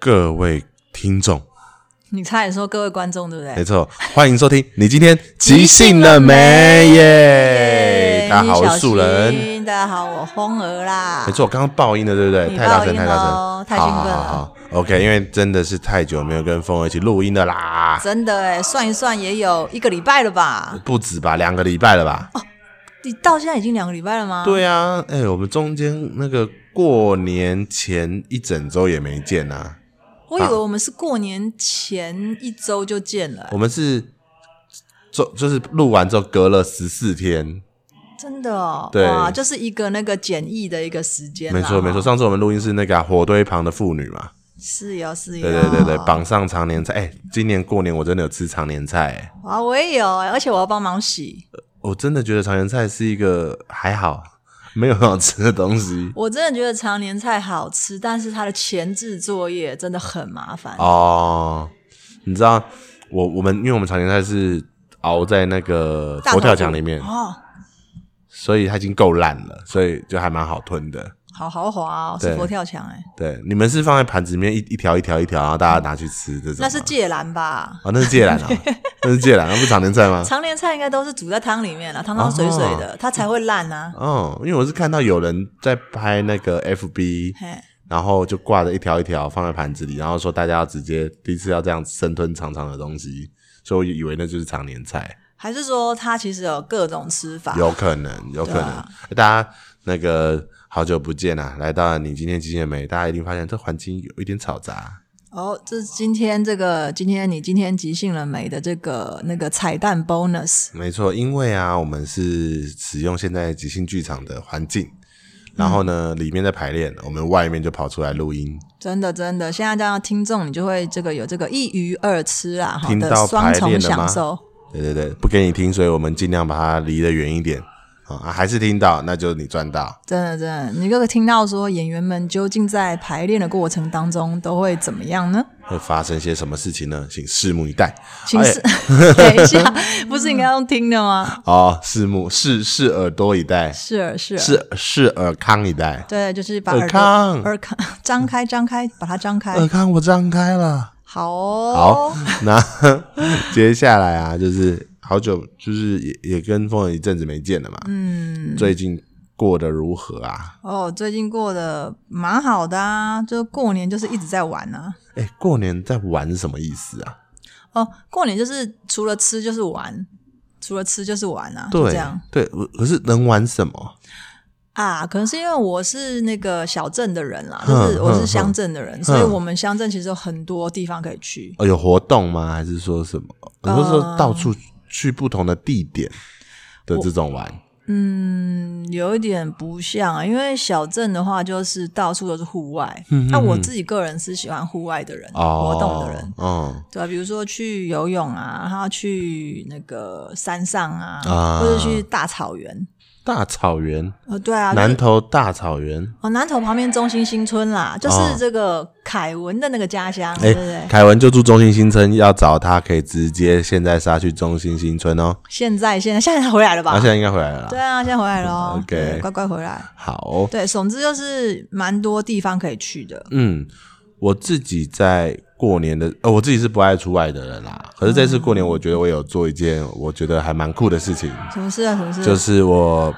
各位听众， 你差点说各位观众，对不对？没错，欢迎收听。你今天即兴兴了了没？没耶！耶哎大家好，我小是素人。新大家好，我荒儿啦没。错，我刚刚爆音了，对不对？你太大声，嗯爆音太大声咯，太兴好奋好了好好，OK，因为真的是太久没有跟风儿一起录音了啦，真的哎，算一算也有一个礼拜了吧？不止吧，两个礼拜了吧？哦你到现在已经两个礼拜了吗？，对啊，哎、我们中间那个过年前一整周也没见啊。我以为我们是过年前一周就见了，我们是周就是录完之后隔了十四天，真的哦。对哇，就是一个那个简易的一个时间啦。没错没错。上次我们录音是那个啊、火堆旁的妇女嘛，是有是有。哦对对对对，绑上常年菜。哎、今年过年我真的有吃常年菜、哎哇，我也有哎，而且我要帮忙洗。我真的觉得常年菜是一个还好没有很好吃的东西我真的觉得常年菜好吃，但是它的前置作业真的很麻烦。哦。你知道我我们因为我们常年菜是熬在那个大佛头跳部墙里面，哦，所以它已经够烂了，所以就还蛮好吞的。好豪华哦，对是佛跳墙哎，对，你们是放在盘子里面一一条一条一条，然后大家拿去吃这种吗？那是芥兰吧？哦，那是芥 兰啊，那是芥兰，那不是常年菜吗？常年菜应该都是煮在汤里面了，汤汤水水的，它才会烂啊。哦，因为我是看到有人在拍那个 FB，嘿，然后就挂着一条一条放在盘子里，然后说大家要直接第一次要这样生吞长长的东西，所以我以为那就是常年菜，还是说它其实有各种吃法？有可能，有可能。啊哎对啊大家那个好久不见啊，来到你今天极限美，大家一定发现这环境有一点嘈杂。哦，这是今天这个今天你今天即兴了没的这个那个彩蛋 bonus，没错，因为啊，我们是使用现在即兴剧场的环境，然后呢，嗯里面在排练，我们外面就跑出来录音，真的真的，现在这样听众你就会这个有这个一鱼二吃啊，哈听到的双排重练了吗享受。对对对，不给你听，所以我们尽量把它离得远一点啊啊，还是听到，那就你赚到。真的真的，你这个听到说演员们究竟在排练的过程当中都会怎么样呢？会发生些什么事情呢？请拭目以待。请哎 示、等一下，不是应该用听的吗？哦，拭目拭拭耳朵以待，是耳是啊耳，拭拭耳康以待。对，就是把尔耳朵康耳康 张开张开，把它张开。耳康我张开了。好哦好，，那 接下来啊，就是好久，就是也也跟风了一阵子没见了嘛。嗯，最近过得如何啊？哦，最近过得蛮好的啊，就过年就是一直在玩啊。哎、过年在玩是什么意思啊？哦，过年就是除了吃就是玩，除了吃就是玩啊，就这对样对，我可是能玩什么？啊。可能是因为我是那个小镇的人啦，就哼是我哼是乡镇的人，所以哼我们乡镇其实有很多地方可以去。哦，有活动吗？还是说什么？你是说呃到处去不同的地点的这种玩？嗯，有一点不像啊，因为小镇的话就是到处都是户外。那我自己个人是喜欢户外的人，嗯哦，活动的人，哦，对、啊、比如说去游泳啊，然后去那个山上啊，啊或者去大草原。大草原，呃，对啊，就是南投大草原。哦，南头旁边中心新村啦，就哦是这个凯文的那个家乡，哎啊对不对，？凯文就住中心新村，要找他可以直接现在杀去中心新村哦。现在现在现在他回来了吧他？现在应该回来了啦。对啊，现在回来了哦 OK 对乖乖回来。好，对，总之就是蛮多地方可以去的。嗯，我自己在过年的，呃，我自己是不爱出外的人啦。可是这次过年，我觉得我有做一件我觉得还蛮酷的事情，什么事啊？什么事？就是我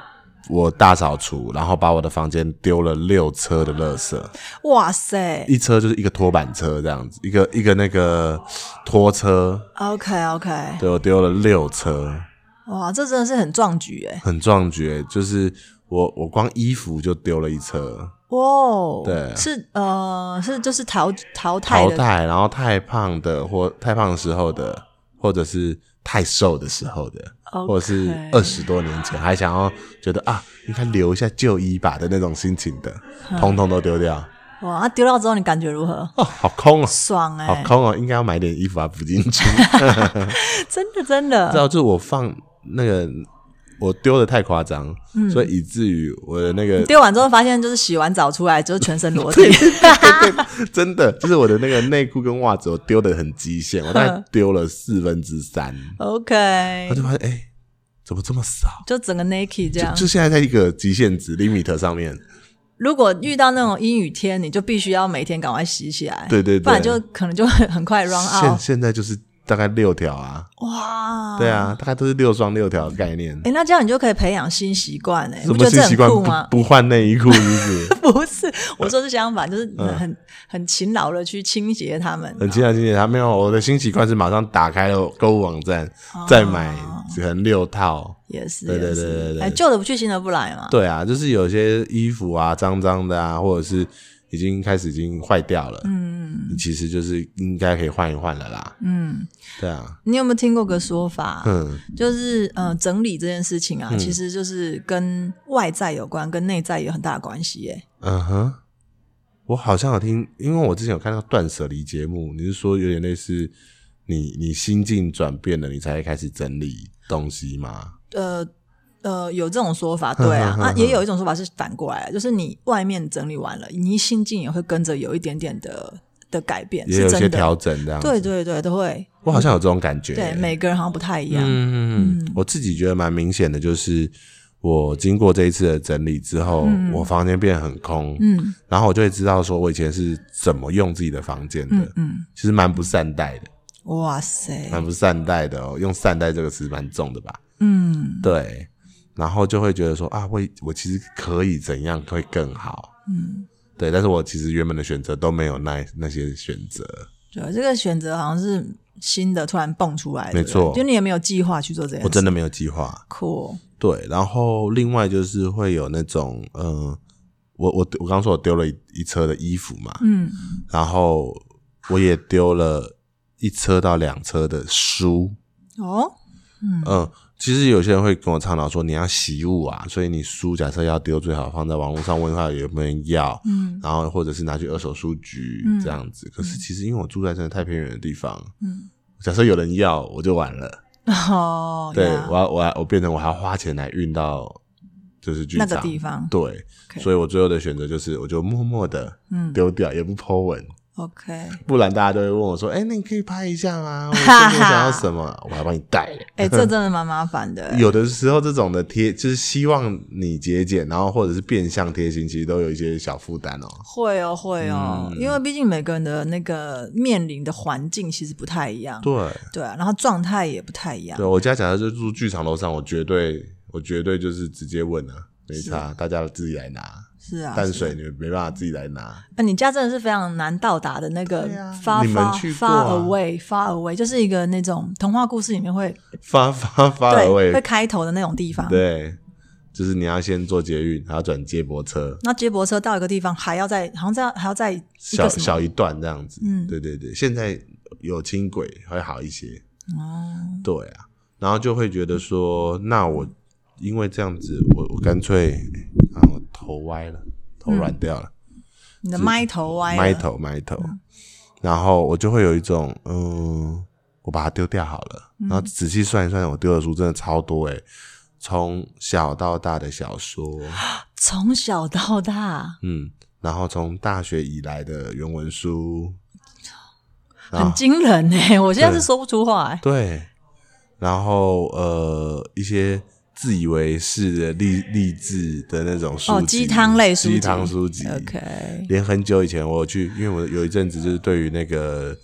我大扫除，然后把我的房间丢了六车的垃圾，哇塞一车就是一个拖板车这样子，一个一个那个拖车， ，OK OK，对我丢了六车，哇，这真的是很壮举哎！很壮举，就是我我光衣服就丢了一车，哇哦，对是呃是就是淘淘汰淘的汰，然后太胖的或太胖的时候的，或者是太瘦的时候的。 OK 或者是二十多年前还想要觉得啊，应该留一下旧衣吧的那种心情的，通通都丢掉。哇，啊那丢掉之后你感觉如何？哦，好空哦，爽哎、好空哦，应该要买点衣服把它补进去。真的真知的道，就是我放那个我丢的太夸张，嗯所以以至于我的那个丢完之后发现就是洗完澡出来就是全身裸体，真的就是我的那个内裤跟袜子，我丢的很极限，我大概嗯丢了四分之三， OK，我就发现哎、怎么这么少？就整个 naked 这就样。就现在在一个极限值 limit 上面，如果遇到那种阴雨天，你就必须要每天赶快洗起来，对对对不然就可能就会很快 run 现 out。现在就是大概六条啊，哇，对啊，大概都是六双六条的概念。哎、那这样你就可以培养新习惯哎，你什不么觉得新这习很惯酷不吗？不换内衣裤，是不是？ 不是，我说是相反，就是很、很勤劳的去清洁他们。很经常经典，他没有我的新习惯是马上打开了购物网站，哦再买可能六套。也是，对对也是对对对哎，旧的不去，新的不来嘛。对啊，就是有些衣服啊脏脏的啊，或者是已经开始已经坏掉了，嗯，你其实就是应该可以换一换了啦。嗯，对啊，你有没有听过个说法？嗯，就是呃，整理这件事情啊，其实就是跟外在有关，跟内在有很大的关系耶。嗯哼，我好像有听，因为我之前有看到断舍离节目，你是说有点类似你你心境转变了，你才会开始整理东西吗？呃呃，有这种说法，对啊，哼哼啊，也有一种说法是反过来，啊就是你外面整理完了，你心境也会跟着有一点点的的改变，也有是一些真的。调整这样子。对对对，都会。我好像有这种感觉、对，每个人好像不太一样。嗯，我自己觉得蛮明显的，就是我经过这一次的整理之后，我房间变得很空，嗯然后我就会知道说我以前是怎么用自己的房间的，嗯，其实蛮不善待的，哇塞，蛮不善待的哦，用善待这个词蛮重的吧？嗯对，然后就会觉得说啊，我我其实可以怎样会更好，嗯，对，但是我其实原本的选择都没有那那些选择，对，这个选择好像是新的突然蹦出来的，没错就你也没有计划去做这件事，我真的没有计划，酷，对，然后另外就是会有那种，嗯，我我我刚说我丢了一一车的衣服嘛，嗯然后我也丢了一车到两车的书，哦，嗯，其实有些人会跟我倡导说你要惜物啊，所以你书假设要丢，最好放在网络上问一下有没有人要，嗯然后或者是拿去二手书局嗯这样子。可是其实因为我住在真的太偏远的地方，嗯，假设有人要我就完了， 哦，对呀我要我要我变成我还要花钱来运到就是剧那场个地方对 OK 所以我最后的选择就是，我就默默的嗯丢掉，也不 Po 文， ，OK，不然大家都会问我说：“哎、那你可以拍一下吗？我最近想要什么，我还帮你带嘞。哎，这真的蛮麻烦的， 有的时候这种的贴，就是希望你节俭，然后或者是变相贴心，其实都有一些小负担哦。会哦会嗯哦，因为毕竟每个人的那个面临的环境其实不太一样，对，对啊，然后状态也不太一样对，我家假设就住剧场楼上，我绝对，我绝对就是直接问啊，没差，大家自己来拿。是啊，淡是啊水你们没办法自己来拿，那你家真的是非常难到达的那个对啊发你们发去过发啊 away 发 away，就是一个那种童话故事里面会发发发而对未会开头的那种地方。对，就是你要先坐捷运，然后转接驳车，那接驳车到一个地方，还要再好像再还要再一小个什么？小一段这样子。嗯对对对，现在有轻轨会好一些。哦，对啊，然后就会觉得说，那我因为这样子，我我干脆，然后头歪了，头软掉了，你的麦头嗯啊歪了嗯埋头埋头，然后我就会有一种，嗯，我把它丢掉好了。嗯然后仔细算一算，我丢的书真的超多诶、从小到大的小说，从小到大嗯，然后从大学以来的原文书，然很后惊人哎、 我现在啊对是说不出话、欸。对，然后呃一些自以为是的励励志的那种书哦，籍鸡汤类书籍，鸡汤书籍。 OK，连很久以前我有去，因为我有一阵子就是对于那个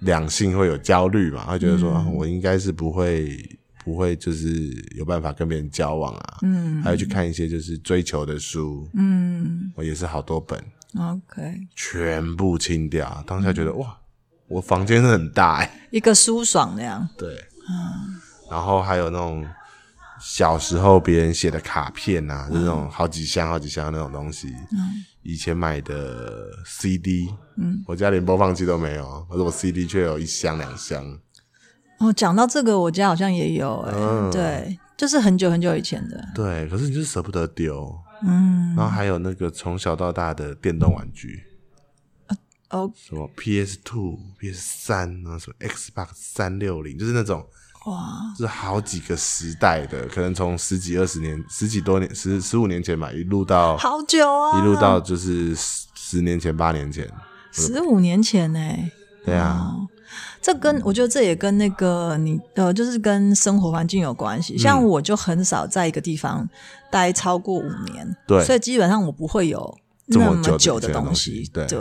两性会有焦虑嘛，会觉得说、嗯啊我应该是不会不会就是有办法跟别人交往啊，嗯还有去看一些就是追求的书，嗯我也是好多本， ，OK，全部清掉，当下觉嗯得、哇，我房间真的很大哎、一个舒爽那样，对，然后还有那种小时候别人写的卡片啊，就那种好几箱、好几箱那种东西。以前买的 CD，嗯，我家连播放器都没有，可是我 CD 却有一箱、两箱。哦，讲到这个，我家好像也有哎、嗯对，就是很久很久以前的，对，可是你就是舍不得丢。嗯然后还有那个从小到大的电动玩具， ，OK。什么 PS Two、PS 三啊，什么 Xbox 三六零，就是那种哇，是好几个时代的，可能从十几、二十年、十几多年、十十五年前吧，一路到好久啊，一路到就是十十年前、八年前，十五年前呢、对哦啊，这嗯跟我觉得这也跟那个你呃，就是跟生活环境有关嗯系。像我就很少在一个地方待超过五年，对所以基本上我不会有这那么么久久的的这个东东西，对，对，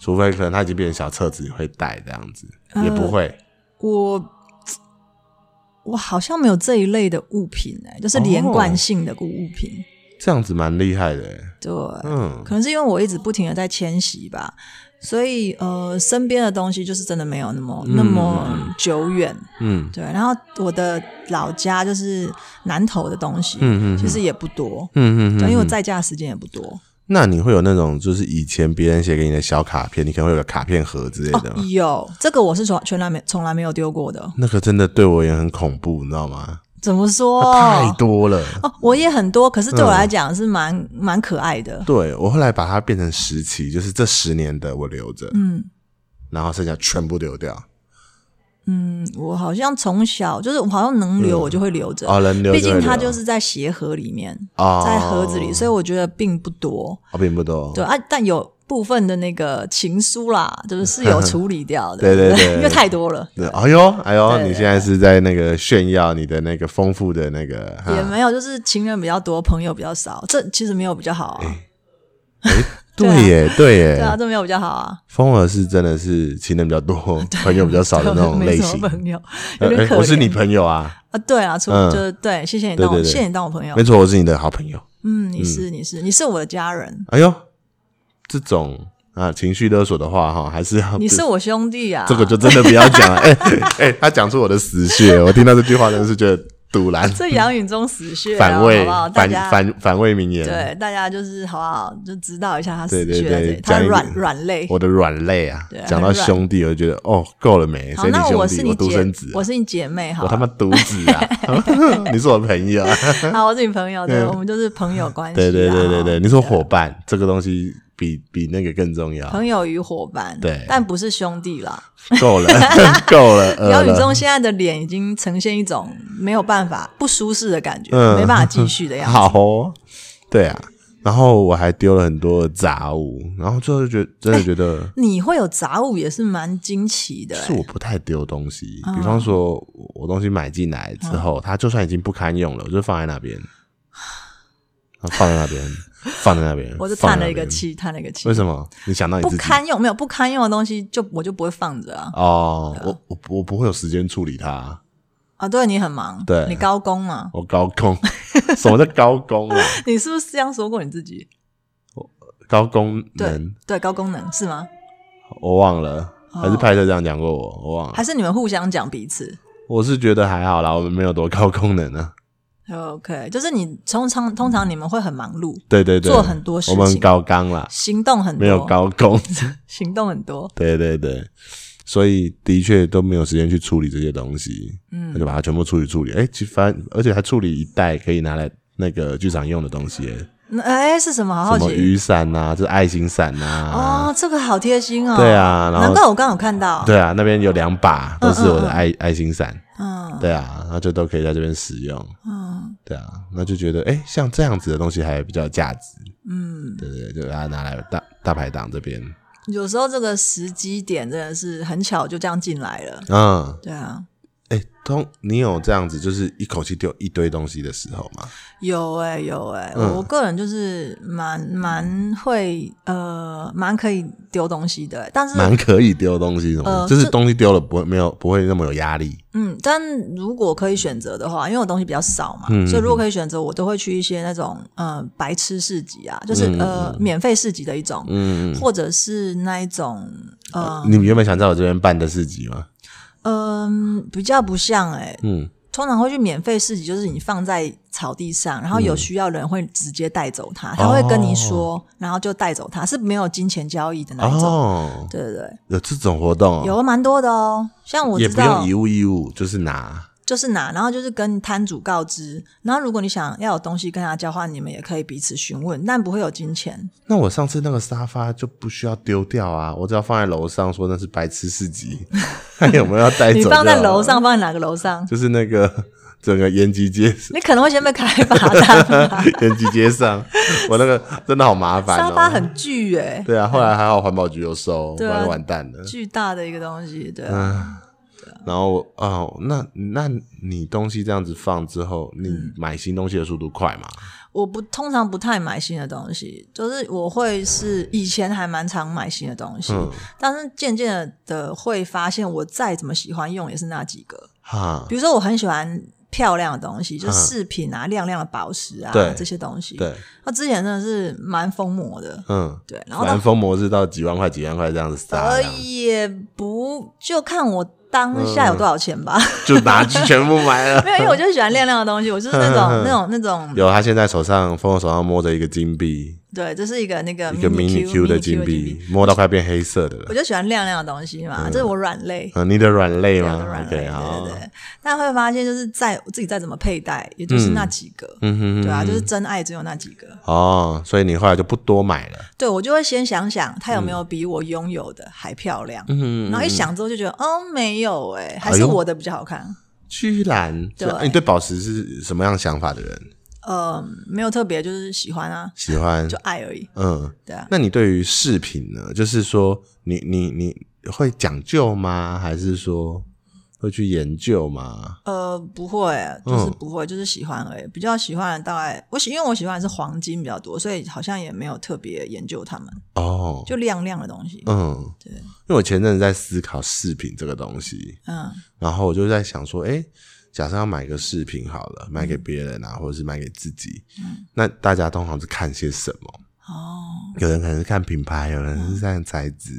除非可能它已经变成小册子，你会带这样子，也嗯不会。我我好像没有这一类的物品哎、就是连贯性的物哦品，这样子蛮厉害的欸，对，嗯，可能是因为我一直不停的在迁徙吧，所以呃，身边的东西就是真的没有那么、那么久远，嗯对。然后我的老家就是南投的东西，嗯嗯其实也不多，嗯嗯嗯。对，因为我在家的时间也不多。那你会有那种就是以前别人写给你的小卡片，你可能会有个卡片盒之类哦的吗？有这个我是从全来没从来没有丢过的，那个真的对我也很恐怖，你知道吗？怎么说？啊太多嗯了。哦，我也很多，可是对我来讲是蛮、蛮可爱的。对我后来把它变成十期，就是这十年的我留着，嗯然后剩下全部丢掉。嗯，我好像从小就是我好像能留我就会留着，哦，人留毕着留，竟它就是在鞋盒里面，哦在盒子里，所以我觉得并不多。哦，并不多。对啊，但有部分的那个情书啦，就是是有处理掉的， 对对对 因为太多了。对，哎呦哎呦，对你现在是在那个炫耀你的那个丰富的那个，哈也没有，就是情人比较多，朋友比较少，这其实没有比较好哎啊，对啊对耶对耶，对啊，这没有比较好啊，风儿是真的是情人比较 多，朋友比较少的那种没类什型么。朋友，呃有点诶可怜。我是你朋友啊，啊，对啊，除嗯就是对，谢谢你对当我，对对谢谢你当我朋友没，错，我是你的好朋友。嗯，你是你是你是我的家人，哎呦，这种啊情绪勒索的话哈，还是要你是我兄弟啊，哦这个就真的不要讲了。 哎哎，他讲出我的死穴，我听到这句话真的是觉得堵 然这杨允中死穴啊，反好胃不好？大反家反反胃名言。对大家就是好不好？就知道一下他死对对穴在这对里，他讲一软点软肋。我的软肋啊对，讲到很软兄弟，我就觉得哦够了没？好，谁你那我兄是弟？你独姐生，子啊，我是你姐妹，好我他吧，妈独子啊！ 你是我朋 友啊。好，我是你朋 友，对，嗯我们就是朋友关系对啊，对对对对，你说伙伴这个东西比比那个更重要，朋友与伙伴，对但不是兄弟啦。够了 够了， 姚呃宇了，中现在的脸已经呈现一种没有办法、不舒适的感觉，嗯没办法继续的样 子。好哦，对啊，然后我还丢了很多杂物，然后最后就觉得真的觉得你会有杂物也是蛮惊奇的、是欸，我不太丢东西，嗯比方说我东西买进来之后，它就算已经不堪用了，我就放在那边，啊放在那 边，放在那边，我就放叹在了那一个边，气，叹了一个气为。什么？你想到你不自己堪用没有不堪用的东西就，我就不会放着啊。哦，我我我不会有时间处理它、啊，对你很忙，对你高工 嘛，我高工，什么叫高工啊？你是不是这样说过你自己？高功对能，嗯对，高功能是吗？我忘了，哦还是派特这样讲过我，我忘了。还是你们互相讲彼此？我是觉得还好啦，我们没有多高功能啊。 OK，就是你通常通常你们会很忙碌，对对对，做很多事我情们高纲啦，行动很多，嗯没有高 工。行动很多。对对对，所以的确都没有时间去处理这些东西，嗯，那就把它全部处理处理。哎，其实反而且还处理一袋可以拿来那个剧场用的东西，哎那哎，是什么？好好什么奇雨伞呐、这爱心伞呐、哦，这个好贴心哦。对，啊，然难后怪我刚好看到。对啊，那边有两把都是我的爱爱心伞。嗯对啊，那就都可以在这边使用。嗯对啊，那就觉得哎、诶像这样子的东西还比较有价值。嗯，对对对，就把它拿来大大排档这边。有时候这个时机点真的是很巧，就这样进来了。嗯，对啊，哎、通你有这样子就是一口气丢一堆东西的时候吗？有哎、有哎、嗯我个人就是蛮蛮会呃蛮可以丢东西的、欸但是蛮可以丢东西什么的，嗯呃就是这东西丢了不会没有不会那么有压力。嗯，但如果可以选择的话，因为我东西比较少嘛，嗯所以如果可以选择，我都会去一些那种呃白痴市集啊，就是、嗯呃免费市集的一种，嗯，或者是那一种呃你原本想在我这边办的市集吗？嗯、比较不像哎、嗯，通常会去免费市集，就是你放在草地上，然后嗯有需要的人会直接带走它，他会哦跟你说，然后就带走它，是没有金钱交易的那一种。哦，对对对，有这种活动、哦，有蛮多的哦。像我也知不道用，一物一物，就是拿。就是拿，然后就是跟摊主告知，然后如果你想要有东西跟他交换，你们也可以彼此询问，但不会有金钱。那我上次那个沙发就不需要丢掉啊，我只要放在楼上说那是白痴市 集，看有没有要带走。你放在楼，上，放在哪个楼上？就是那个 整个延吉街，你可能会先被开罚单吧。 延吉街上，我那个真的好麻烦、哦。沙发很巨诶、对啊，后来还好环保局有收，不哎对啊然就完蛋了。巨大的一个东西，对啊、嗯然后我嗯哦，那那你东西这样子放之后，你买新东西的速度快吗？我不通常不太买新的东西，就是我会是以前还蛮常买新的东西，嗯但是渐渐的会发现，我再怎么喜欢用也是那几个。哈，比如说，我很喜欢漂亮的东西，就饰品啊、亮亮的宝石啊嗯对这些东西。对，他之前真的是蛮疯魔的，嗯，对，然后玩到疯魔是到几万块、几万块这样子撒呃这样子，嗯也不就看我当下有多少钱吧， 就拿去全部买了。没有，因为我就是喜欢亮亮的东西，我就是那 种那种那种，有，他现在手上，疯魔手上摸着一个金币，对，这是一个那个一个迷你 Q Q 的金币，，摸到快变黑色的我了。就喜欢亮亮的东西嘛，这是我软肋。嗯，你的软肋亮吗哦的软肋， ？OK，对好对，对，但会发现就是在我自己再怎么佩戴，也就是那几个，嗯哼哼，对啊，就是真爱只有那几个。哦，所以你后来就不多买了，对我就会先想想它有没有比我拥有的还漂亮，嗯，然后一想之后就觉得，哦，没有哎、还是哎呦我的比较好看。居然，对是啊你对宝石是什么样想法的人？呃，没有特别，就是喜欢啊，喜欢就，爱而已。嗯，对啊，那你对于饰品呢？就是说你，你你会讲究吗？还是说会去研究吗？呃，不会，就是嗯不会，就是喜欢而已。比较喜欢的大概我喜，因为我喜欢的是黄金比较多，所以好像也没有特别研究它们，哦，就亮亮的东西。嗯，对，因为我前阵子在思考饰品这个东西，嗯然后我就在想说，哎、假设要买个饰品好了，嗯买给别人啊，或者是买给自己，那大家通常是看些什么？哦，有人可能是看品牌，有人嗯是看材质，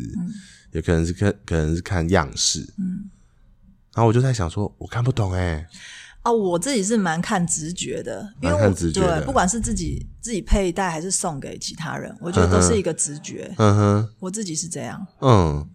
有可能是看可能是看样式，嗯，然后我就在想说，我看不懂哎、啊，我自己是蛮看直觉的，因为蛮看我直觉的对，不管是自己自己佩戴还是送给其他人，我觉得都是一个直觉。嗯哼，我自己是这样，嗯。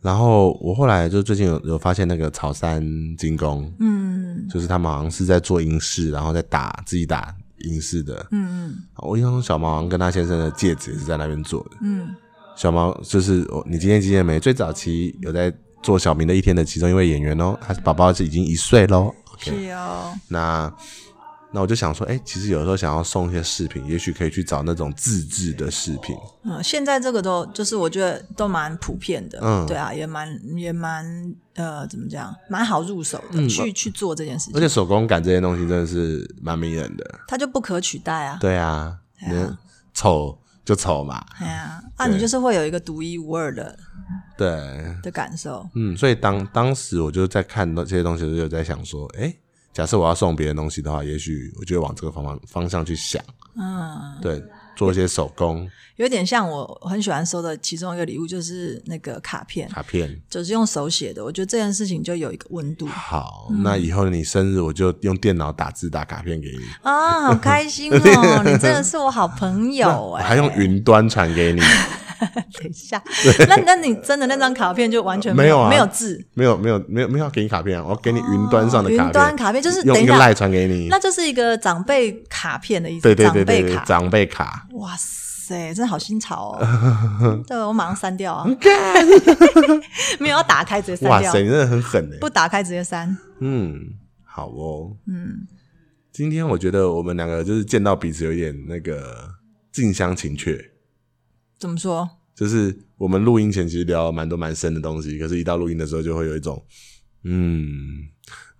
然后我后来就最近有有发现那个草山精工，嗯就是他们好像是在做银饰，然后在打自己打银饰的。嗯我印象中小毛好像跟他先生的戒指也是在那边做的。嗯小毛就是哦你今天几点没？最早期有在做小明的一天的其中一位演员哦，他宝宝是已经一岁喽。嗯，是哦，那那我就想说，哎、其实有时候想要送一些饰品，也许可以去找那种自制的饰品。嗯，现在这个都就是我觉得都蛮普遍的，嗯对啊，也蛮也蛮呃，怎么讲，蛮好入手的，去去做这件事嗯而且情，手工感这些东西真的是蛮迷人的。它就不可取代啊， 对啊，你丑就丑嘛。哎呀，啊，你就是会有一个独一无二的对，的感受，嗯，所以当当时我就在看到这些东西，我就在想说，哎、假设我要送别人东西的话，也许我就会往这个方方方向去想。嗯，对，做一些手工有点像我很喜欢收的其中一个礼物就是那个卡片，卡片。就是用手写的，我觉得这件事情就有一个 温度好，嗯那以后你生日我就用电脑打字打卡片给你，啊，好开心哦，你真的是我好朋友 我哎、还用云端传给你。 等一下，那那你真的那张卡片就完全没有啊没有字。没有没有没有没有要给你卡片啊，我要给你云端上的卡片，哦云端卡片就是用等一一个下赖传给你那。就是一个长辈卡片的意思，对对对对长辈对，卡。长辈卡。哇塞，真的好新潮哦！ 对，我马上删掉啊， 没有要打开直接删哇掉塞，，你真的很狠哎、不打开直接删。嗯，好哦。嗯，今天我觉得我们两个就是见到彼此有一点那个近乡情怯，怎么说？就是我们录音前其实聊了蛮多蛮深的东西，可是一到录音的时候就会有一种，嗯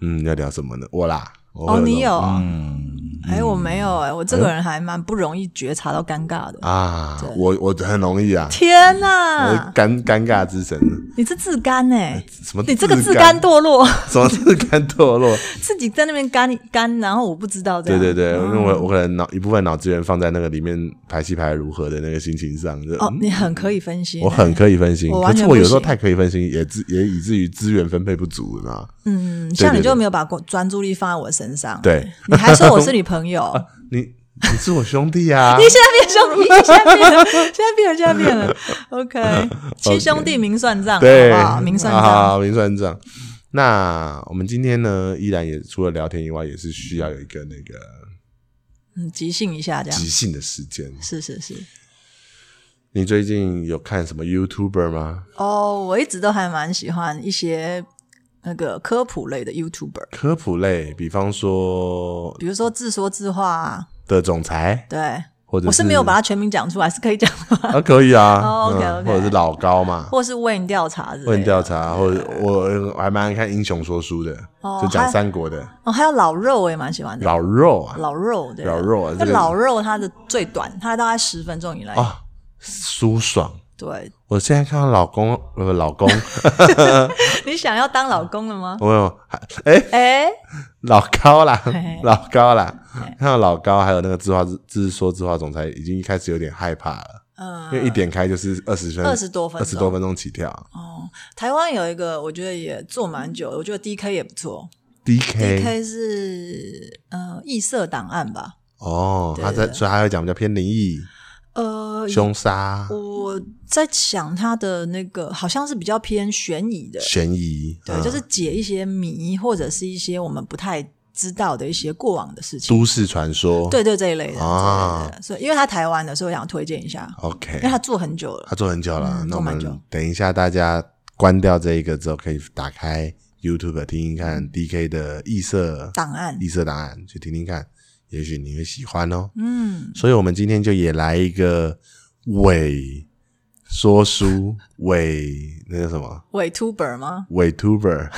嗯，要聊什么呢？我啦，我会一哦，种你有？嗯哎，我没有哎，我这个人还蛮不容易觉察到尴尬的。啊，我我很容易啊，天我哪，尴尴尬之神，你是自甘哎，什么你这个自自甘甘堕落， 什么自甘堕落？自己在那边干干，然后我不知道这对对样。对，因为我我可能脑一部分脑资源放在那个里面排戏排得如何的那个心情上，就哦，你很可以分析。我很可以分心，我完可是全我不有时候行太可以分心，也至也以至于资源分配不足，你知道吗？嗯，像对你对就没有把过专注力放在我身上。对，你还说我是你朋 友，你你是我兄弟啊 你，现在变兄弟， 你现在变了，现在变了，现在变了。OK，亲兄弟明算账，对，啊好不好？明算账。啊，明算账。那我们今天呢，依然也除了聊天以外，也是需要有一个那个嗯，即兴一下这样即。兴的时间。是是是。你最近有看什么 YouTuber 吗？哦，我一直都还蛮喜欢一些那个科普类的 YouTuber，科普类，比方说比如说自说自话啊，的总裁，对，或者我是没有把它全名讲出来，是可以讲的 吗？啊，可以啊、哦嗯 OK，OK 或者是老高嘛，或是问调查之类的问调查，或者我我还蛮爱看英雄说书的，哦就讲还三国的哦，还有老肉我也蛮喜欢的，老肉啊，老肉对老肉啊那这个老肉它的最短，它大概十分钟以内，啊，舒爽。对 我现在看到老公，呃，老公，你想要当老公了吗？我有，哎、哎、老高啦嘿，老高啦，看到老高，还有那个自画自自说自话总裁，已经一开始有点害怕了，嗯、因为一点开就是二十分， 20多分二钟十多分钟起跳哦，台湾有一个我觉得也做蛮久的，我觉得 D K 也不错，D ，D K， K 是呃异色档案吧，哦，他在，所以他会讲比较偏灵异、呃，凶杀、我在想他的那个好像是比较偏悬疑的，悬疑，对，嗯就是解一些谜或者是一些我们不太知道的一些过往的事情，嗯都市传说，对对这一类的啊这一类的所以因为他台湾的，所以我想推荐一下， ，OK，因为他做很久了他，做很久了，嗯那做我蛮久们等一下大家关掉这一个之后，可以打开 YouTube 听听看 DK 的异色档案异色档案，去听听看，也许你会喜欢哦。嗯，所以我们今天就也来一个伪说书伪那叫什么伪 tuber 吗？伪 Tuber，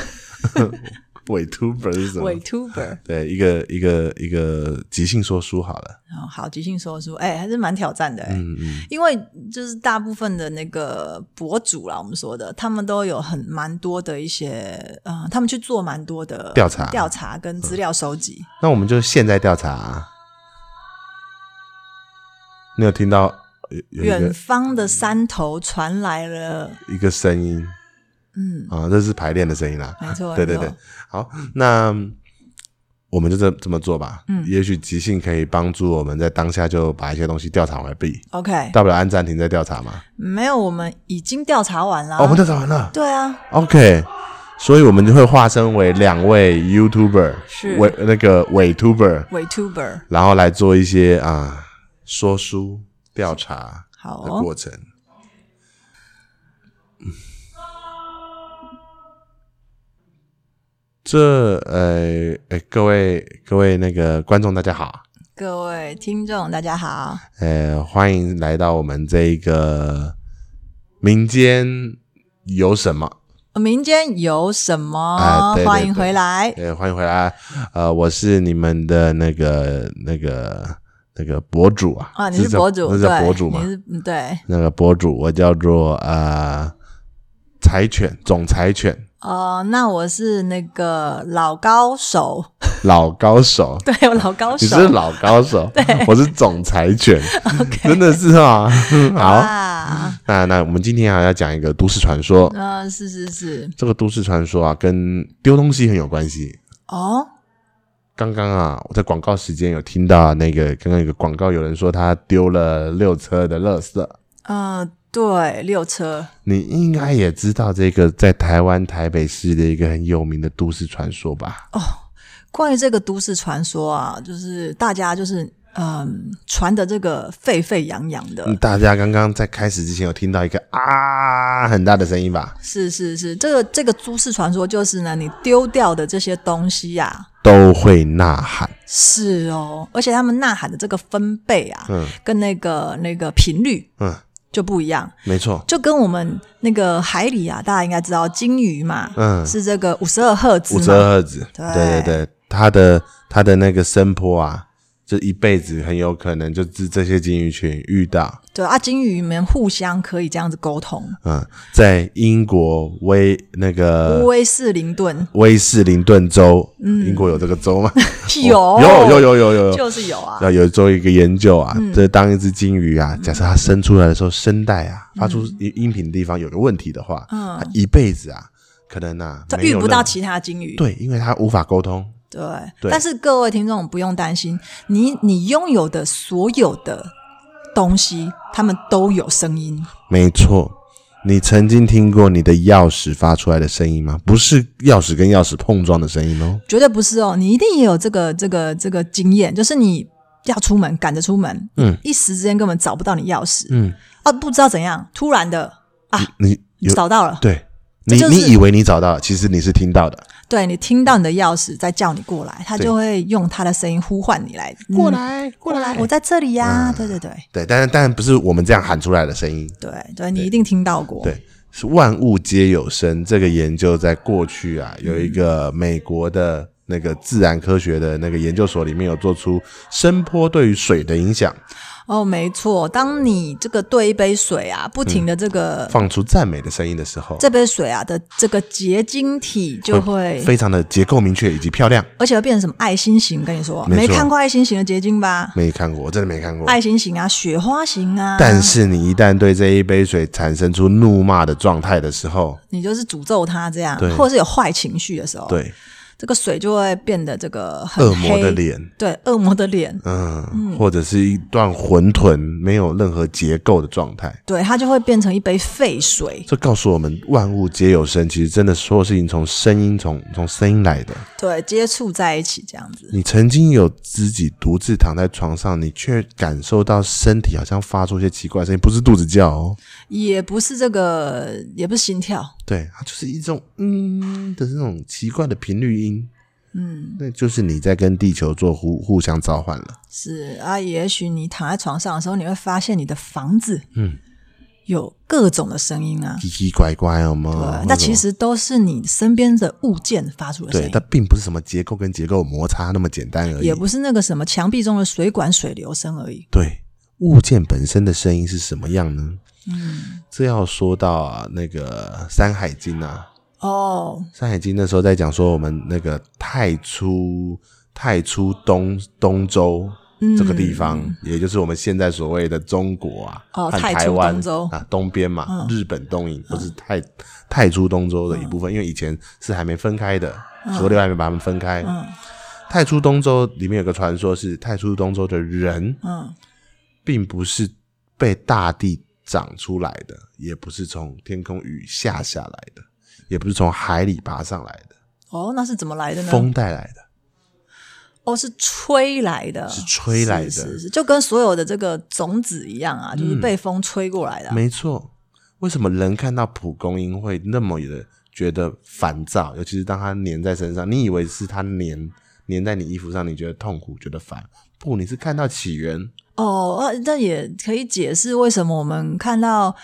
伪 Tuber 是什么伪？tuber，对，一个一个一个即兴说书好了，哦，好，即兴说书，哎、还是蛮挑战的、哎。嗯嗯，因为就是大部分的那个博主啦，我们说的，他们都有很蛮多的一些，呃，他们去做蛮多的调查嗯调查跟资料收集。那我们就现在调查、啊。你有听到有有一远个方的山头传来了，一个声音嗯，啊，这是排练的声音啦。没错，对对没对错，，好，那我们就这这么做吧。嗯也许即兴可以帮助我们在当下就把一些东西调查完毕， ，OK，大不了按暂停再调查嘛。没有，我们已经调查完了。哦，我们调查完了对啊， ，OK。所以我们就会化身为两位 YouTuber，是伪那个伪 Tuber，伪 Tuber，然后来做一些啊说书调查。好的哦，过程。嗯这呃呃，各位各位那个观众大家好，各位听众大家好，呃，欢迎来到我们这一个民间有什么？民间有什么？哎对对欢迎对回来，呃，欢迎回来，呃，我是你们的那个那个那个博主啊，啊，你是叫博主，那对，叫博主嘛你，是嗯对，那个博主我叫做呃柴犬总柴犬，哦，那我是那个老高手， 老高手，对我老高你手，是老高 手，我是总裁犬，真的是啊。 好，啊，那那我们今天还要讲一个都市传说。嗯、是是是，这个都市传说啊，跟丢东西很有关系。哦，刚刚啊，我在广告时间有听到那个刚刚有个广告，有人说他丢了六车的垃圾。嗯、对，六车，你应该也知道这个在台湾台北市的一个很有名的都市传说吧？关于这个都市传说啊，就是大家就是嗯传的这个沸沸扬扬的，嗯大家刚刚在开始之前有听到一个啊很大的声音吧？是是是，这个这个都市传说就是呢，你丢掉的这些东西呀、都会呐喊。是哦，而且他们呐喊的这个分贝啊，嗯跟那个那个频率嗯，就不一样。没错。就跟我们那个海里啊，大家应该知道金鱼嘛，嗯是这个五十二赫兹五嘛，十二赫兹，对对对对，它的它的那个声波啊，就一辈子很有可能就是这些金鱼群遇到。对啊，金鱼们互相可以这样子沟通。嗯，在英国威那个威士林顿威士林顿州，英国有这个州吗？嗯 有哦有有有有有有。就是有啊，嗯那有做一个研究啊，这当一只金鱼啊，假设它生出来的时候声带啊嗯发出音音频的地方有个问题的话，它一辈子啊，可能啊它没遇有不到任何其他金鱼。对，因为它无法沟通，对对但是各位听众不用担心，你你拥有的所有的东西，他们都有声音。没错，你曾经听过你的钥匙发出来的声音吗？不是钥匙跟钥匙碰撞的声音哦。绝对不是哦，你一定也有这个这个这个经验，就是你要出门，赶着出门，嗯，一时之间根本找不到你钥匙，嗯，啊，不知道怎样，突然的啊，你有找到了，对，这你、就是你以为你找到了，其实你是听到的。对你听到你的钥匙在叫你过来，他对就会用他的声音呼唤你来过、嗯来，过过来，我在这里呀、啊对对对对，但是但不是我们这样喊出来的声音，对对，你一定听到过。对，是万物皆有声。这个研究在过去啊，嗯有一个美国的那个自然科学的那个研究所里面有做出声波对于水的影响，哦，没错，当你这个兑一杯水啊，不停的这个、放出赞美的声音的时候，这杯水啊的这个结晶体就会，非常的结构明确以及漂亮。而且会变成什么爱心型？跟你说，没没错看过爱心型的结晶吧？没看过，我真的没看过。爱心型啊，雪花型啊，但是你一旦对这一杯水产生出怒骂的状态的时候，你就是诅咒他这样对，或者是有坏情绪的时候，对这个水就会变得这个哦很恶魔的黑，脸，对，恶魔的脸，嗯，或者是一段混沌没有任何结构的状态。对，它就会变成一杯沸水。这告诉我们，万物皆有声。其实真的，所有事情从声音，从从声音来的。对，接触在一起这样子，你曾经有自己独自躺在床上，你却感受到身体好像发出一些奇怪的声音，不是肚子叫哦，也不是这个，也不是心跳，对，它就是一种嗯的那种奇怪的频率音。嗯，那就是你在跟地球做互互相召唤了。是啊，也许你躺在床上的时候，你会发现你的房子，嗯，有各种的声音啊，奇奇怪怪，哦有没有对那种？那其实都是你身边的物件发出的声对，音，它并不是什么结构跟结构摩擦那么简单而已也。不是那个什么墙壁中的水管水流声而已。对，物件本身的声音是什么样呢？嗯，这要说到啊，那个《山海经》啊，哦， 《山海经》那时候在讲说我们那个太初太初东东周。这个地方，也就是我们现在所谓的中国啊，嗯哦和太初台湾东周嗯啊，东边嘛，日本东引都是太太初东周的一部分，因为以前是还没分开的，嗯河流还没把它们分开。太初东周里面有个传说是太初东周的人，嗯，并不是被大地长出来的，也不是从天空雨下下来的，也不是从海里爬上来的，哦，那是怎么来的呢？风带来的。哦，是吹来的，是吹来的嗯是是是就跟所有的这个种子一样啊，就是被风吹过来的啊、没错，为什么人看到蒲公英会那么的觉得烦躁？尤其是当它粘在身上，你以为是它粘粘在你衣服上，你觉得痛苦，觉得烦。不，你是看到起源，哦，呃那也可以解释为什么我们看到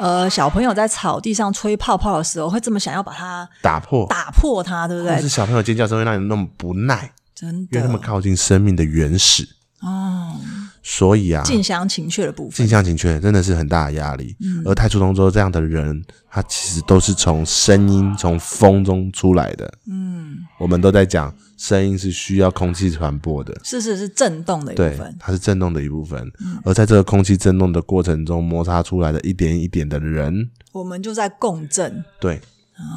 呃小朋友在草地上吹泡泡的时候，会这么想要把它打破，打破它，对不哦或是对？小朋友尖叫声会让你那么不耐，真因为的他们靠近生命的原始。哦，所以啊，近乡情怯的部近分，乡情怯真的是很大的压力。嗯而太初同舟这样的人，他其实都是从声音、从风中出来的。嗯，我们都在讲，声音是需要空气传播的，是是是震动的一对部分，，嗯它是震动的一部分。而在这个空气震动的过程中，摩擦出来的一点一点的人，我们就在共振。对，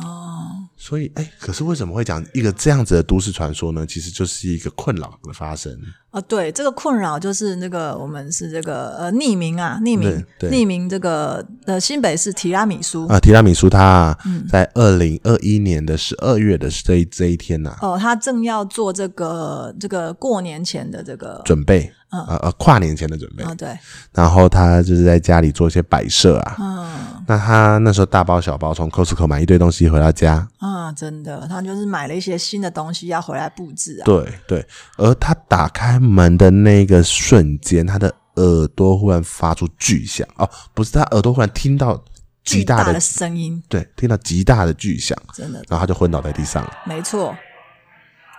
哦，所以，哎，可是为什么会讲一个这样子的都市传说呢？其实就是一个困扰的发生。啊，对，这个困扰就是那个我们是这个呃匿名啊，匿名对对匿名这个呃新北市提拉米苏啊、提拉米苏他嗯在二零二一年的十二月的这一这一天呐、哦，他正要做这个这个过年前的这个准备，嗯呃呃，跨年前的准备。啊，对，然后他就是在家里做一些摆设啊。嗯那他那时候大包小包从 Costco 买一堆东西回到家，嗯，真的，他就是买了一些新的东西要回来布置啊，对对。而他打开门的那个瞬间，他的耳朵忽然发出巨响哦，不是，他耳朵忽然听到极巨大的的声音，对，听到极大的巨响，真的然后他就昏倒在地上了。没错。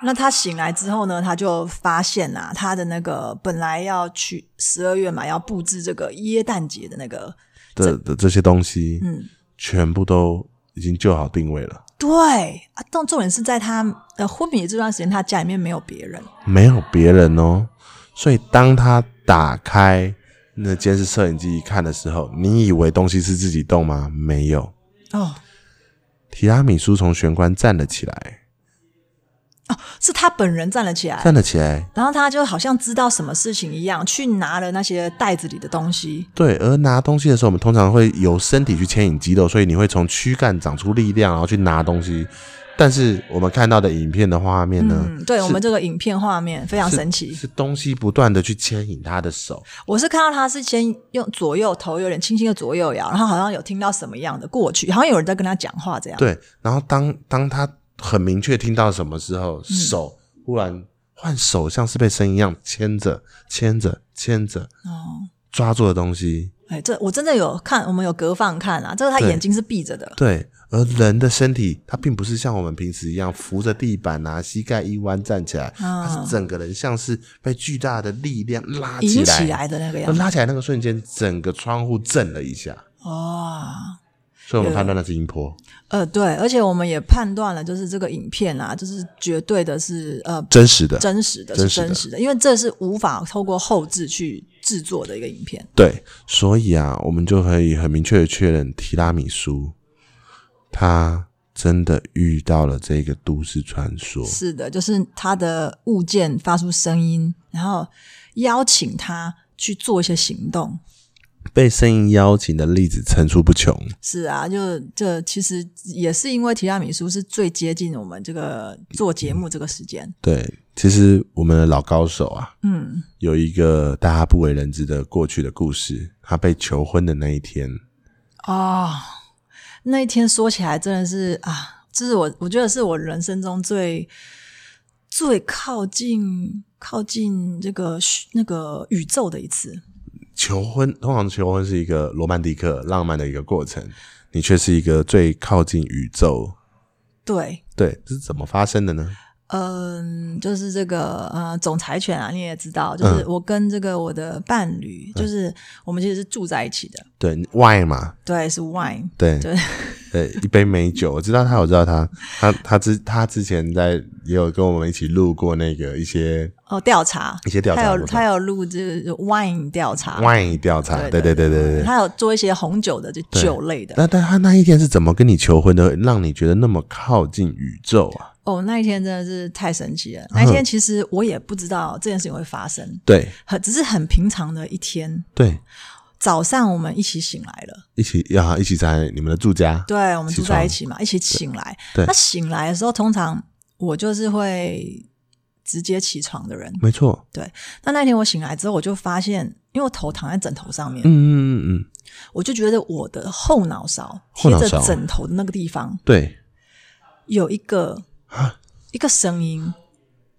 那他醒来之后呢，他就发现啊，他的那个本来要去十二月嘛，要布置这个耶诞节的那个，的的这些东西，嗯，全部都已经就好定位了，对啊，但重点是在他呃昏迷这段时间，他家里面没有别人，没有别人哦。所以当他打开那监视摄影机一看的时候，你以为东西是自己动吗？没有。哦，提拉米苏从玄关站了起来，是他本人站了起来，站了起来。然后他就好像知道什么事情一样，去拿了那些袋子里的东西。对，而拿东西的时候，我们通常会由身体去牵引肌肉，所以你会从躯干长出力量，然后去拿东西。但是我们看到的影片的画面呢，嗯，对是我们这个影片画面非常神奇。是东西不断的去牵引他的手，我是看到他是先用左右头有点轻轻的左右摇，然后好像有听到什么样的过去，好像有人在跟他讲话这样。对，然后当当他很明确听到什么时候，手忽然换手，像是被绳一样牵着、牵着、牵着，哦，抓住的东西。哎，这我真的有看，我们有隔放看啊，这个他对眼睛是闭着的，对，而人的身体，它并不是像我们平时一样扶着地板啊，膝盖一弯站起来，它是整个人像是被巨大的力量拉引起起来。来的那个那样子，拉起来那个瞬间，整个窗户震了一下，哦。所以我们判断那是音波。呃，对，而且我们也判断了，就是这个影片啊，就是绝对的是呃真实的，真实的，真是实的真实的，因为这是无法透过后置去制作的一个影片。对，所以啊，我们就可以很明确的确认，提拉米苏他真的遇到了这个都市传说。是的，就是他的物件发出声音，然后邀请他去做一些行动。被声音邀请的例子层出不穷。是啊，就这其实也是因为提拉米苏是最接近我们这个做节目这个时间。对，其实我们的老高手啊，嗯，有一个大家不为人知的过去的故事。他被求婚的那一天，哦，那一天说起来真的是啊，这是我我觉得是我人生中最最靠近靠近这个虚那个宇宙的一次。求婚通常求婚是一个罗曼蒂克、浪漫的一个过程，你却是一个最靠近宇宙。对，对，这是怎么发生的呢？嗯，就是这个呃，总裁犬啊，你也知道，嗯就是我跟这个我的伴侣，就是我们其实是住在一起的，对，why 嘛，对，是 wine， 对对，呃，一杯美酒，我知道他，我知道他，他他之他之前在也有跟我们一起录过那个一些哦，调查一，些调他查有部他分有录这个 wine 调查， ，wine 调查，对对对对对。他有做一些红酒的就酒类的，那但他那一天是怎么跟你求婚的，让你觉得那么靠近宇宙啊？哦，那一天真的是太神奇 了。那一天其实我也不知道这件事情会发生，对很只是很平常的一天。对，早上我们一起醒来了，一起要一起在你们的住家，对，我们起住在床一起嘛，一起醒来。对那醒来的时候，通常我就是会直接起床的人。没错，那那天我醒来之后，我就发现，因为我头躺在枕头上面，嗯嗯嗯嗯，我就觉得我的后脑勺后贴脑着勺枕头的那个地方对有一个啊，一个声音，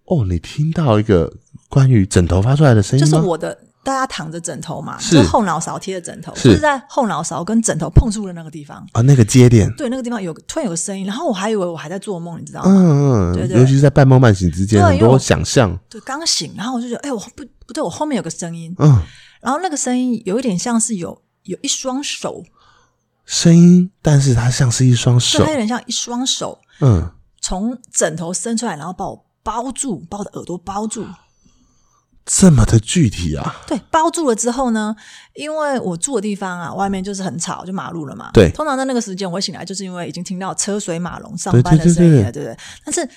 哦，你听到一个关于枕头发出来的声音就吗？是我的，大家躺着枕头嘛，是就是后脑勺贴着枕头，是就是在后脑勺跟枕头碰触的那个地方。啊，那个接点，对，那个地方有个突然有个声音，然后我还以为我还在做梦，你知道吗？嗯嗯对嗯，对尤其是在半梦半醒之间，对很因为多我想象，对，刚醒，然后我就觉得，哎、我不不对，我后面有个声音，嗯，然后那个声音有一点像是有有一双手，声音，但是它像是一双手对，它，有点像一双手嗯，从枕头伸出来，然后把我包住，把我的耳朵包住。这么的具体啊，对，包住了之后呢，因为我住的地方啊，外面就是很吵，就马路了嘛。对通常在那个时间我会醒来，就是因为已经听到车水马龙、上对班的对对声音了，对对不对？但是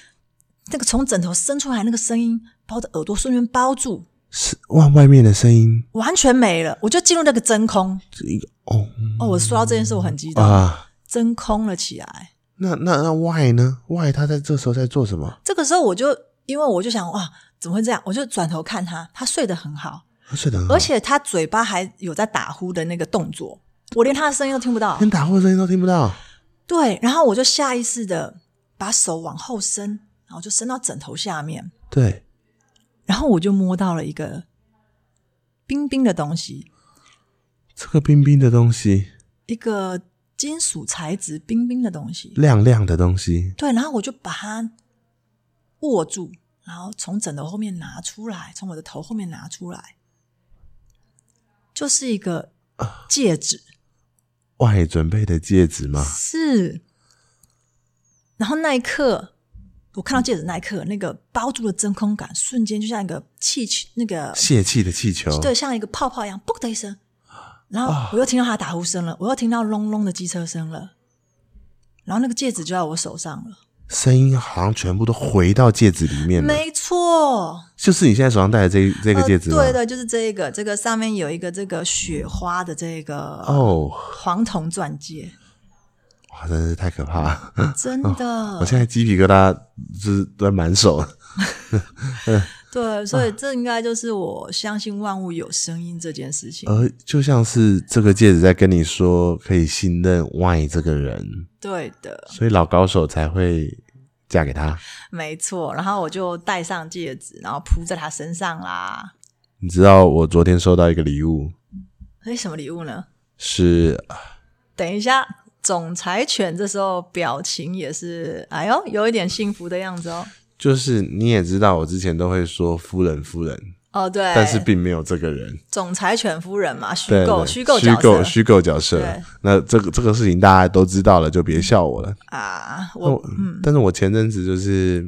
那个从枕头伸出来那个声音，把我的耳朵瞬间包住，是哇，外面的声音，完全没了，我就进入那个真空。这一个哦哦，我说到这件事，我很激动，啊，真空了起来。那那那 Y 呢？Y 他在这时候在做什么？这个时候我就因为我就想哇，怎么会这样？我就转头看他，他睡得很好，他啊睡得很好而，且他嘴巴还有在打呼的那个动作，我连他的声音都听不到。连打呼的声音都听不到，对，然后我就下意识的把手往后伸，然后就伸到枕头下面，对，然后我就摸到了一个冰冰的东西，这个冰冰的东西，一个金属材质冰冰的东西。亮亮的东西，对，然后我就把它握住，然后从枕头后面拿出来，从我的头后面拿出来，就是一个戒指， y 准备的戒指吗？是。然后那一刻，我看到戒指那一刻，那个包住的真空感瞬间就像一个气球，那个泄气的气球，对，像一个泡泡一样，嘣的一声。啊然后我又听到他的打呼声了，我又听到隆隆的机车声了，然后那个戒指就在我手上了。声音好像全部都回到戒指里面了，没错，就是你现在手上戴的这一这个呃戒指啊吗？对对，就是这一个，这个上面有一个这个雪花的这个哦，黄铜钻戒，哇，真的是太可怕了。真的，哦我现在鸡皮疙瘩就是都在满手。对，所以啊这应该就是我相信万物有声音这件事情。而就像是这个戒指在跟你说可以信任 Y 这个人，对的，所以老高手才会嫁给他。没错，然后我就戴上戒指，然后铺在他身上啦。你知道我昨天收到一个礼物，哎，什么礼物呢？是等一下，总裁犬这时候表情也是，哎呦，有一点幸福的样子哦。就是你也知道，我之前都会说夫人夫人，哦，对，但是并没有这个人。总裁犬夫人嘛，虚对构对虚构虚角构色虚构角色对。那这个这个事情大家都知道了，就别笑我了。啊，那我我但是我前阵子就是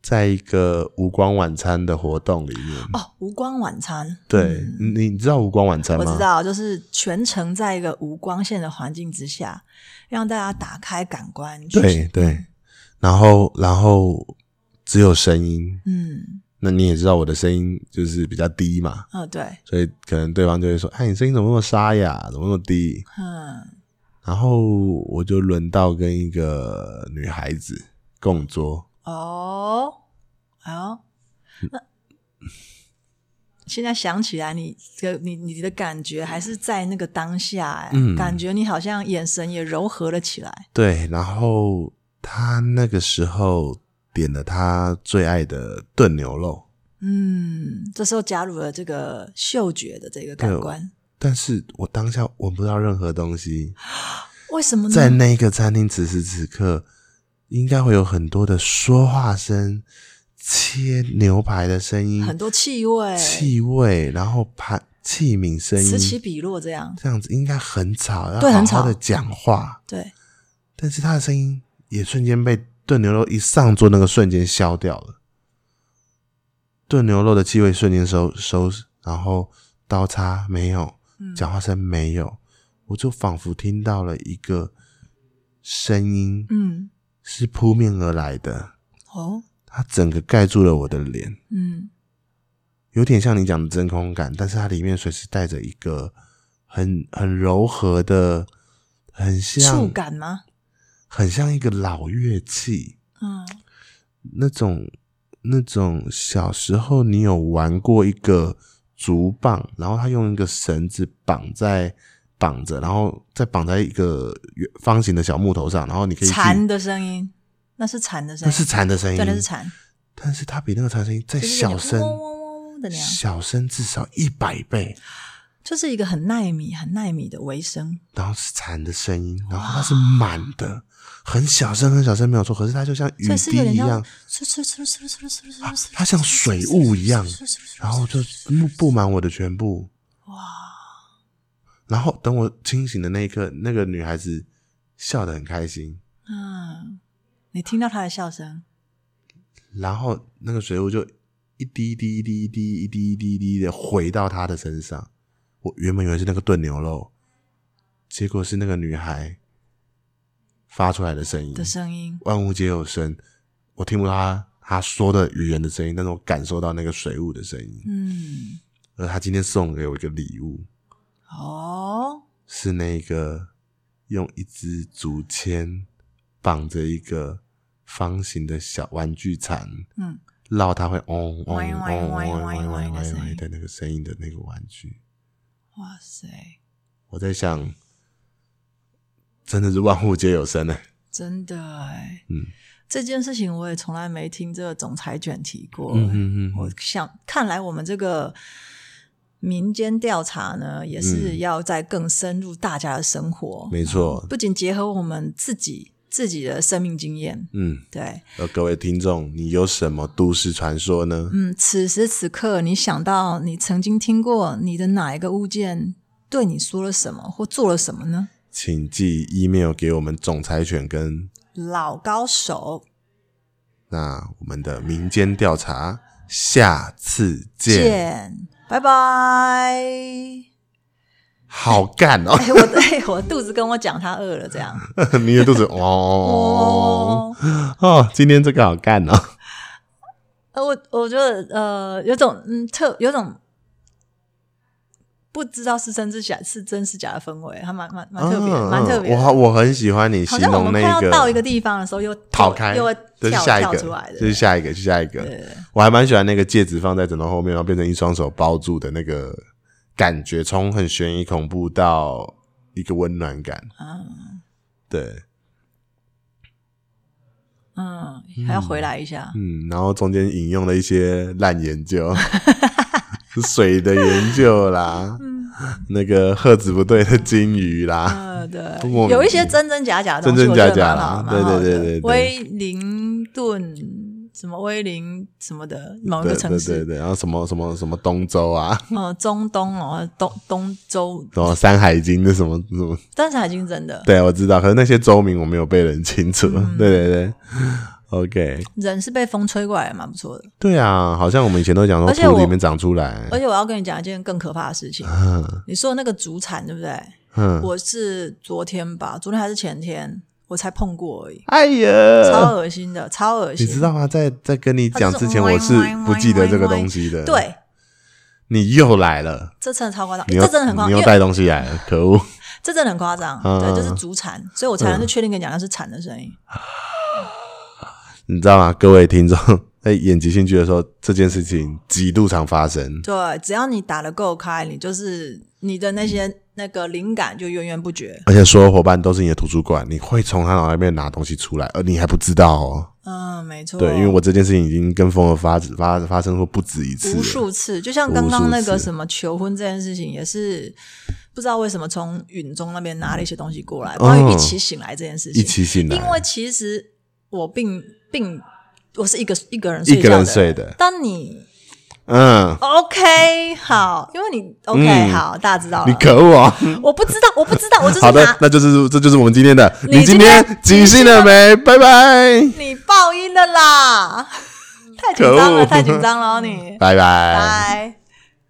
在一个无光晚餐的活动里面，哦，无光晚餐，嗯对你你知道无光晚餐我吗？知道，就是全程在一个无光线的环境之下，让大家打开感官。去对，对，然后然后只有声音，嗯，那你也知道我的声音就是比较低嘛，哦，对，所以可能对方就会说：“哎，你声音怎么那么沙哑，怎么那么低嗯，？”然后我就轮到跟一个女孩子共桌，哦，哎呦，那现在想起来你，这你你的感觉还是在那个当下、哎、嗯感觉你好像眼神也柔和了起来。对，然后她那个时候点了她最爱的炖牛肉，嗯，这时候加入了这个嗅觉的这个感对官，但是我当下闻不到任何东西，为什么呢？在那个餐厅此时此刻，应该会有很多的说话声、切牛排的声音、很多气味，气味，然后盘器皿声此起音，彼落这样。这样子应该很吵，要对很好吵好的讲话。对，但是他的声音也瞬间被炖牛肉一上桌那个瞬间消掉了，炖牛肉的气味瞬间收收，然后刀叉没有，嗯讲话声没有，我就仿佛听到了一个声音，嗯，是扑面而来的，哦，它整个盖住了我的脸。嗯有点像你讲的真空感，但是它里面随时带着一个很很柔和的，很，触像感吗？很像一个老乐器嗯，那种那种小时候你有玩过一个竹棒，然后它用一个绳子绑在绑着，然后再绑在一个圆方形的小木头上，然后你可以去蝉的声音，那是蝉的声那音，是蝉的声音，对，那是，蝉，但是它比那个蝉声音再就是小有点声，嗡嗡嗡嗡的那样，小声至少一百倍。就是一个很耐米、很耐米的微声。然后是蝉的声音，然后它是满的，很小声，很小声，没有错。可是它就像雨所以是滴有点一像样，，它像水雾一样，然后就布布满我的全部。哇，然后等我清醒的那一刻，那个女孩子笑得很开心，嗯，你听到他的笑声，然后那个水雾就一滴一滴一滴一滴一滴一滴一滴的回到她的身上。我原本以为是那个炖牛肉，结果是那个女孩发出来的声音的声音，万物皆有声，我听不到他他说的语言的声音，但是我感受到那个水雾的声音。嗯，而他今天送给我一个礼物，哦，是那个用一支竹签绑着一个方形的小玩具蝉，嗯，绕它会嗡嗡嗡歪嗡歪歪嗡歪嗡歪的嗡声嗡音的那个声音的那个玩具。哇塞，我在想，真的是万物皆有声呢、真的哎，嗯，这件事情我也从来没听这个总裁卷提过，嗯嗯嗯我想，看来我们这个民间调查呢，也是嗯要再更深入大家的生活，嗯没错，不仅结合我们自己自己的生命经验，嗯。对，而各位听众，你有什么都市传说呢？嗯，此时此刻你想到你曾经听过你的哪一个物件对你说了什么或做了什么呢？请寄 email 给我们总裁犬跟老高手那我们的民间调查，下次见。见，拜拜。好干哦， 哎、我 对、我肚子跟我讲他饿了，这样你的肚 子哦哦。哦，今天这个好干哦。呃，我我觉得呃，有种嗯特有种不知道是真是假是真是假的氛围，还蛮蛮蛮特别的，嗯蛮、特别的。我好我很喜欢你好形像我容们快那要到一个地方的时候又逃开，又会这是跳下一跳个，出来的，这是下一个，是下一个。我还蛮喜欢那个戒指放在枕头后面，然后变成一双手包住的那个感觉，从很悬疑恐怖到啊一个温暖感。嗯，对，嗯，还要回来一下。嗯，然后中间引用了一些烂研究， 水的研究啦，那个赫子不对的金鱼啦，嗯，莫名对，有一些真真假假的东西，真真假假啦啦，蛮好的对对对对对威灵顿什么威灵什么的某一对嗯个对城对市，对，然后什么什么什么东周啊，嗯，中东哦，东东周，什么山海经的什么什么，但是海经真的对我知道，可是那些州名我没有背得很清楚，嗯对对对。OK，人是被风吹过来，蛮不错的。对啊，好像我们以前都讲而且说土里我面长出来而，且我要跟你讲一件更可怕的事情，你说的那个竹产对不对？嗯，我是昨天吧，昨天还是前天，我才碰过而已，哎呀，超恶心的，超恶心。你知道吗？在在跟你讲它就是之前，我是不记得这个东西的。，对，你又来了，这真的超夸张，你又这真的很夸张，你因又为带东西来了，可恶！这真的很夸张，嗯对，就是竹蝉，所以我才能是确定跟你讲那是蝉的声音。你知道吗？各位听众 在演即兴剧的时候，这件事情极度常发生。对，只要你打得够开，你就是你的那些那个灵感就源源不绝。而且所有伙伴都是你的图书馆，你会从他脑袋里面拿东西出来，而你还不知道哦。嗯，没错，对，因为我这件事情已经跟风儿发发发生过不止一次无了。数次，就像刚刚那无数个次什么求婚这件事情，也是不知道为什么从云中那边拿了一些东西过来，关于一起醒来这件事哦一情。起醒因为来，其实我并并我是一个一个人一睡觉个人的，睡的，当你嗯， OK 好，因为你 OK、嗯好，大家知道你了。可恶啊！我不知道，我不知道，我就是 好的拿，那就是这就是我们今天的。你你今今天天即兴了没？拜拜。你报应了啦！太紧张 可恶 了，太紧张了哦，你拜拜。拜。